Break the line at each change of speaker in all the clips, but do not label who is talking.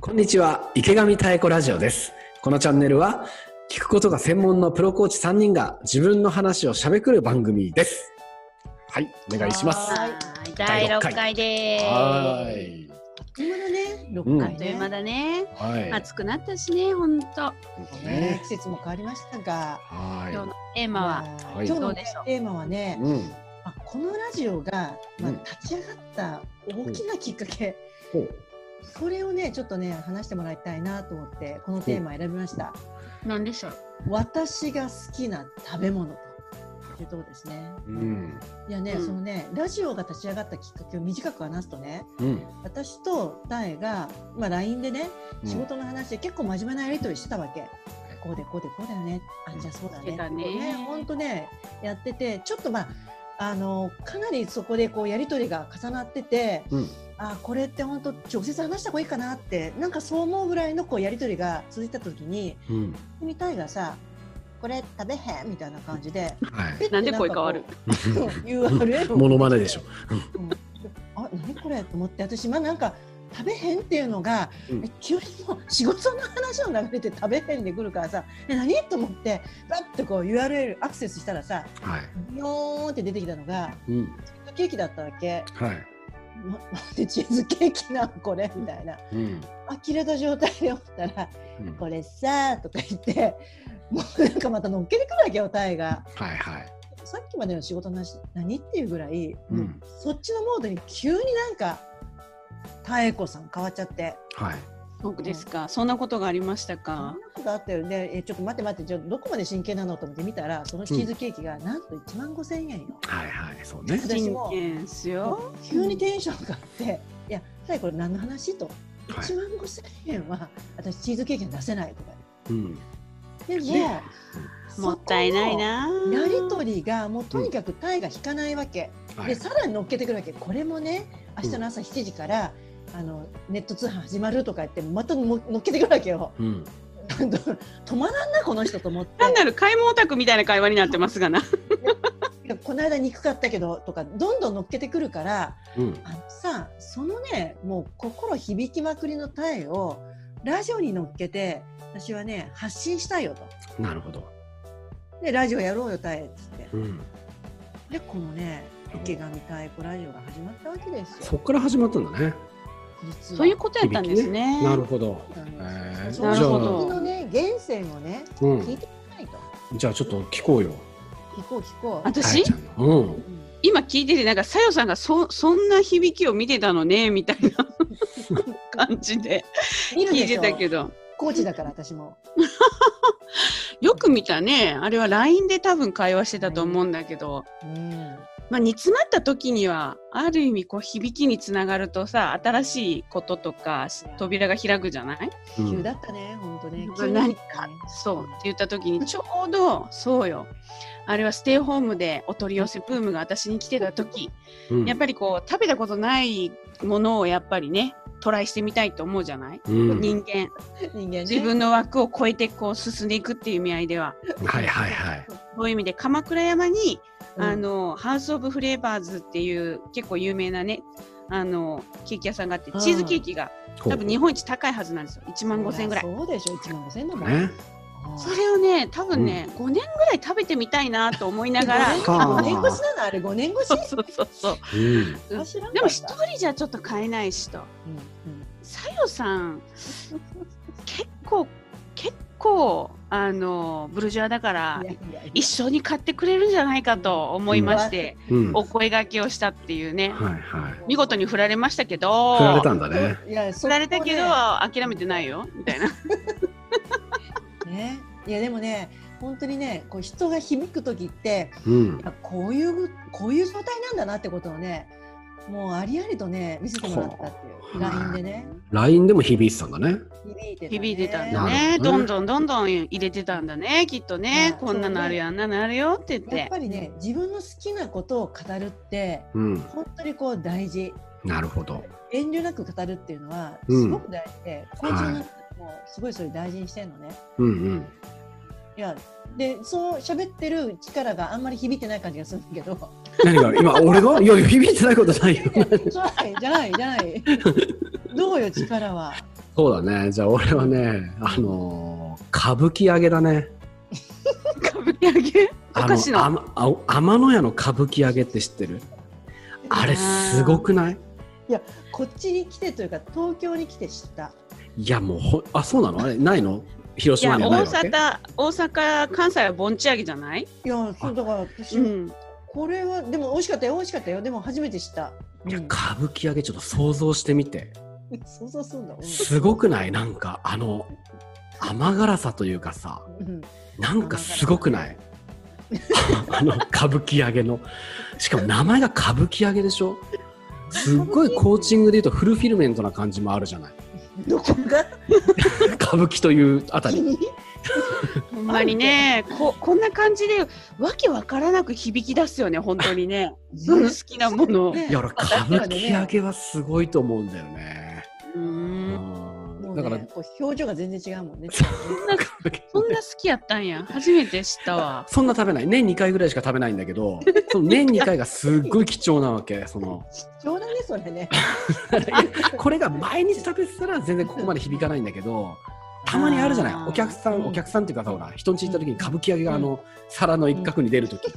こんにちは池上太鼓ラジオですこのチャンネルは聞くことが専門のプロコーチ3人が自分の話をしゃべくる番組ですはいお願いします
はーい第
第六
六
回
回で
は
ーす。
い
今だね、六
うん
あ
回
っと
ね
いう間だね。
はい
暑くなったしね、本当。
ね
ね。
季節も変わりましたが、
今日の
は
テーマは、
まあ
はい
今日の
どうでしょう
テーマはね
い、うん
まあ、このラジオが、まあ
うん、
立ち上がった大きなきっかけ、
ほう
これをねちょっとね話してもらいたいなと思ってこのテーマ選びました、
なんでしょう。
私が好きな食べ物というとこですね、
うん
いやね、
うん
そのねラジオが立ち上がったきっかけを短く話すとね
うん
私とタエが、まあ、LINE でね
うん
仕事の話で結構真面目なやり取りしてたわけ。こうでこうでこうだよね。あ、じゃあそうだ
して
ね。
たね
こう本当ね、やってて、ちょっとまあ、あの、かなりそこでこうやりとりが重なってて、
うん
あ、これって本当直接話した方がいいかなって、なんかそう思うぐらいのこうやりとりが続いた時に、
うん
みたいがさ、これ食べへんみたいな感じ で、
はい
ペッて
なんで声変わる
なんかこう URL を
モノマネでしょ
うんあ、何これと思って、私、まあなんか、食べへんっていうのが、
うん
え急にもう仕事の話を流れて食べへんでくるからさ、え、何と思って、バッとこう URL アクセスしたらさ、
はい
ビヨーンって出てきたのが、
うん
チーズケーキだったわけ。
はい
ななんでチーズケーキなんこれみたいな。
うん
呆れた状態で思ったら、
うん
これさとか言って、もうなんかまた乗っけてくるわけよ、タイが。
はいはい
さっきまでの仕事の話、何っていうぐらい、
う
もうんそっちのモードに急になんか妙子さん変わっちゃって
はい
僕ですか。そんなことがありました
そんな
か。
ことあったよねえちょっと待って待ってじゃあどこまで真剣なのと思って見たらそのチーズケーキがなんと1万5千円よ、
はいはいそうね
私
真
も
剣っすよ。
急にテンションが上がって「いや最後これ何の話?」と「
はい
1万5千円は私チーズケーキは出せない」とか
うん
でも、
ねもったいないな
そこ。のやりとりがもうとにかくタイが引かないわけ、
は
で
い
さらに乗っけてくるわけこれもね明日の朝7時から、あのネット通販始まるとか言ってまたも乗っけてくるわけよ
うん
止まらんなこの人と思って
単なる買い物オタクみたいな会話になってますがな。
いやこの間憎かったけどとかどんどん乗っけてくるから
うん
あのさそのねもう心響きまくりのタイをラジオに乗っけて私はね発信したいよと。
なるほど
でラジオやろうよタイっつって
うん
でこのね池上太鼓ラジオが始まったわけです
そ
よ。
っから始まったんだね
実は
そういうことやったんですね。
なるほど
そうなん
え
です
ー
よ
なるほど
その時のね源泉をね
う
聞い
ん
てみたいと
じゃあちょっと聞こうよ
聞こう聞こ
あ
う。
や
私
ちゃんのう
うんん
今聞いててなんかさよさんがそそんな響きを見てたのねみたい な感じで
見る
聞
で
い
してょ
たけど。
コーチだから私も。
よく見たね。あれは LINE で多分会話してたと思うんだけど、
うん
まあ、煮詰まった時には、ある意味こう響きにつながるとさ、新しいこととかし扉が開くじゃない
うん
急だったね、本当ね。急に
何か、そうって言った時に、ちょうど、そうよ。あれはステイホームでお取り寄せブームが私に来てた時、
うん
やっぱりこう食べたことないものをやっぱりね、トライしてみたいと思うじゃない、
うん
人間、
人間ね。
自分の枠を超えてこう進んでいくっていう意味合いでは。
はいはいはい
そういう意味で鎌倉山に
うん
あのハウス・オブ・フレーバーズっていう結構有名なねあのケーキ屋さんがあって
うん
チーズケーキが多分日本一高いはずなんですよ1万
そりゃ
5000円ぐらい
そうでしょ、1万5000円だもん。
ね
うん
それをね多分ね、5年ぐらい食べてみたいなと思いながら
はあ
5年越しなのあれ5年越し
そうそうそうそう
うん
うん
知らんかった
でも一人じゃちょっと買えないしと
うん
さよさん結構結構あのブルジョアだから
うんいやいや
一緒に買ってくれるんじゃないかと思いまして、
うん
お声掛けをしたっていうね
はいはい
見事に振られましたけど
振られたんだね
いやそこ
振
ね
られたけど、諦めてないよみたいな
ね、いやでもね本当にねこう人が響く時って
うん
あこういうこういう状態なんだなってことをねもうありありとね見せてもらったっていう
ほう
LINE でね
LINE でも響いてたんだね
響いてたね
響いてたんだ
なるほ
ね
ど
ど
ね
んどんどんどん入れてたんだねきっとね
まあ
こんなのあるよあんなのあるよって言っ
やってぱり ね自分の好きなことを語るって
うん
本当にこう大事
なるほど
遠慮なく語るっていうのは
うん
すごく大事で、コーチの中でもすごいそれ大事にしてるのね。
うんうん
いやでそう喋ってる力があんまり響いてない感じがするんだけど
何が 今俺がいや響いてないことないよ
じゃないじゃないじゃないどうよ力は
そうだね。じゃあ俺はね、あのー歌舞伎揚げだね。
歌舞伎揚げお
あ
菓子の
あまあ天野屋の歌舞伎揚げって知ってるあれすごくない
こっちに来てというか東京に来て知った
いやもうほあそうなのあれないの広
いや
島にはない
大
わけ
阪大阪関西は盆地揚げじゃない、
いやそうだから私、
うん、
これはでも美味しかったよ美味しかったよでも初めて知った、うん
いや歌舞伎揚げちょっと想像してみて
想像するんだ、
すごくないなんかあの甘辛さというかさ
うんうん、
なんかすごくない あの歌舞伎揚げのしかも名前が歌舞伎揚げでしょすっごいコーチングでいうとフルフィルメントな感じもあるじゃない
どこが
歌舞伎というあたり
君
ほんまにねここんな感じでわけわからなく響き出すよね本当にねその好きなものを、
ね
いや俺歌舞伎揚げはすごいと思うんだよね。
うーん
うん
もう
だ
ね
から
こう表情が全然違うもんね
そんな好きやったんや初めて知ったわ
そんな食べない年2回ぐらいしか食べないんだけ どその年2回がすっごい貴重なわけその
冗談ねそれ ね
これが 毎日食べてたら全然ここまで響かないんだけどたまにあるじゃない
あー
お客さ
うんん
お客さんっていうかさほら人んち行った時に歌舞伎揚げが
うん
あの皿の一角に出る時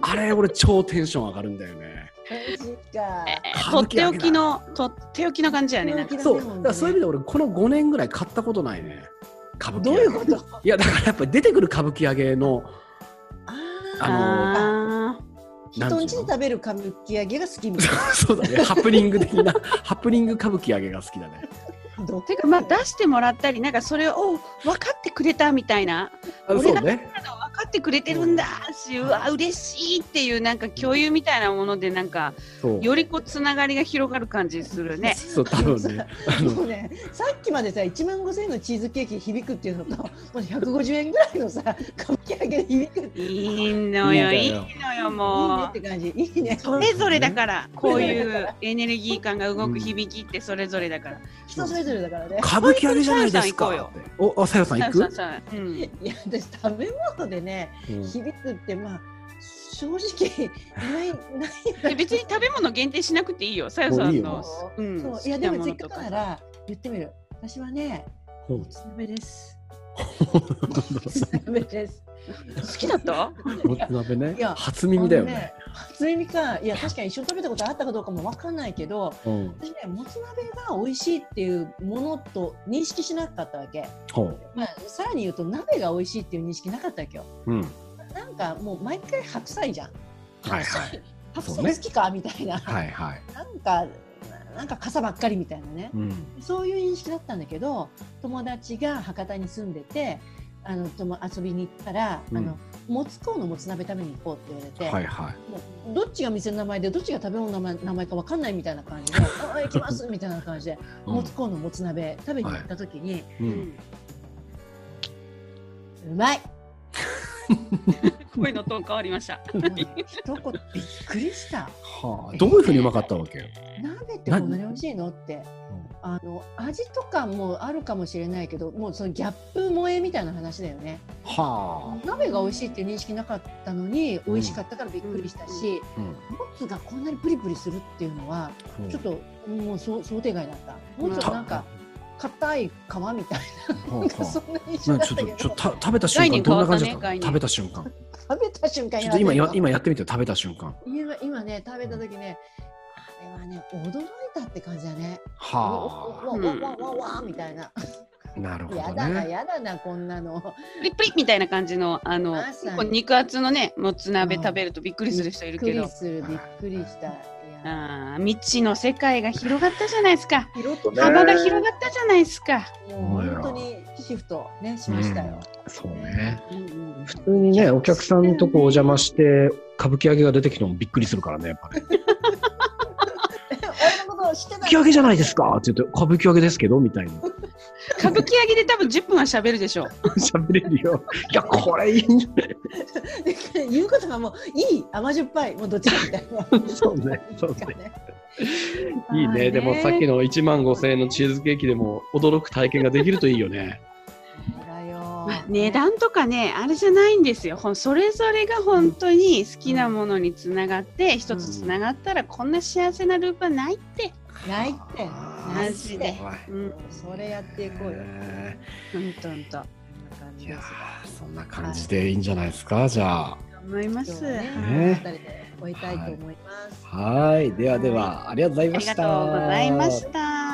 あれ俺超テンション上がるんだよね。
マジか
え ー
歌
と
舞
っ
伎
て
揚
お
げだ
きのとっておきの感じやねなんか
とって
そ
お
う
きだねもうね
だからそういう意味で俺この5年ぐらい買ったことないね歌舞伎
ど
揚
う
げ
いうこと
いやだからやっぱり出てくる歌舞伎揚げ のあの
あ
なんていう
人
の
んちで食べる歌舞伎揚げが好きみたい
そうだね、ハプニング的な、ハプニング歌舞伎揚げが好きだね。
な。どう
ーてかまあ出してもらったりなんかそれを分かってくれたみたいな
あ
俺
そう
が
ね。
分かってくれてるんだしうわ嬉しいっていうなんか共有みたいなものでなんか
そう。
よりこうつながりが広がる感じするね
そう、多分ね。あ
も
の、
うね、さっきまでさ、1万5000円のチーズケーキ響くっていうのと、もう150円ぐらいのさ、 歌舞伎揚げで響く。いいね
いいのよい
い
い
い
の
の
よも
っ
う
て感じ。いいね。
それぞれだからこうい
そうだ
う
ね
エネルギー感が動く響きってそれぞれだから
人それぞれだからね。
歌舞伎揚げじゃないです
さよ
か。お、あ、さよさん行
さ
く
あ。さあさあうん
いや、私食べ物でね、
うん
響くって、まあ、正直、ない、ない
で別に食べ物限定しなくていいよ、さやさ
もうい
ん
い
の
よ。
う
そう。
ん、
いや、でもせ
好
っ
き
か
なものと
くなら、言ってみる。私はね、
うん
おつ鍋です。おつ鍋です。
好きだった？
もつ鍋ね
いや。
初耳だよ
あのね
ね。
初耳か、いや、確かに一緒に食べたことあったかどうかもわかんないけど、
うん。
私ね、もつ鍋が美味しいっていうものと認識しなかったわけ。
ほう。
まあ、さらに言うと、鍋が美味しいっていう認識なかったわけよ。
うん。
なんかもう毎回白菜じゃん。
はいはい。
白
そうね
菜好きか、みたいな。
はいはい。
なんか、なんか傘ばっかりみたいなね。
うん。
そういう認識だったんだけど、友達が博多に住んでて、あの、とも遊びに行ったら、
うん
あの、もつこうのもつ鍋食べに行こうって言われて、
はいはい。
もうどっちが店の名前でどっちが食べ物の名前名前かわかんないみたいな感 じで「ああ行きます」みたいな感じで
うん
もつコーンのもつ鍋食べに行った時に
う。
うんん
「うまい!
声のトーン変わりました。」
もうね一言びっく りした
はあ。どういうふうにうまかったわけ。
「鍋ってこんなに美味しいの?」って
うん
あの味とかもあるかもしれないけどもうそのギャップ萌えみたいな話だよね
は
鍋が美味しいっていう認識なかったのに美味しかったからびっくりしたし
あ。うん。
もつがこんなにプリプリするっていうのは
うん
ちょっ。ともう想想定外だったもつはなんか硬い皮みたいな
ほう
なんか
ほ。
そうんな印象
なん
だ
か
っ
ちょっと
たけど、
ちょっとた食べた瞬間どんな感じだった
概念変わったね概
の？
念
食べた瞬間。
食べた瞬間
ちょっと今や
や
今やってみて食べた瞬間。
今今ね食べた時ねあれはね驚いたって感じだねわ
は
わわわわわみたいな
あ。なるほ
や
ど
だな
ね。
やだなこんなの
プリプリみたいな感じのあの
まさに
結構肉厚のねもつ鍋食べるとびっくりする人
びっ
いる
く
け
り
ど、
するびっくりしたいや
あー未知の世界が広がったじゃないですか。
広く
幅が広がったじゃないですか。
もう本当にシフトねしましたよ、
そうね。
うんうん
普通にね、お客さんとこお邪魔して、歌舞伎揚げが出てきてもびっくりするからね、やっぱね。
俺のことを知って
歌
た
舞伎揚げじゃないですかって言って、歌舞伎揚げですけどみたいな。
歌舞伎揚げで多分10分は喋るでしょう。
喋れるよ。いや、これいいんじゃな
で言うことがもういい甘じょっぱいもうどっちかみたい
い
な
そうね。そう
なんか
ね。
ね
いい
まあね
ね。でもさっきの1万5000円のチーズケーキでも驚く体験ができるといいよね。
そうだよ
まあ値段とかねあれじゃないんですよほんそれぞれが本当に好きなものにつながって一つつながったらこんな幸せなループはないって
ないって
あ
マ
ー
ジで
怖い
うん、
それやっていこうよ。
え
ほんとほんと。
こん
ーい
な感じで
や
す。
ーそんな感じでいいんじゃないですかじゃあ
思いま
今
す。
日はね
ね
二人で終えたいと思います。
はいではではありがとうございました
ありがとうございました。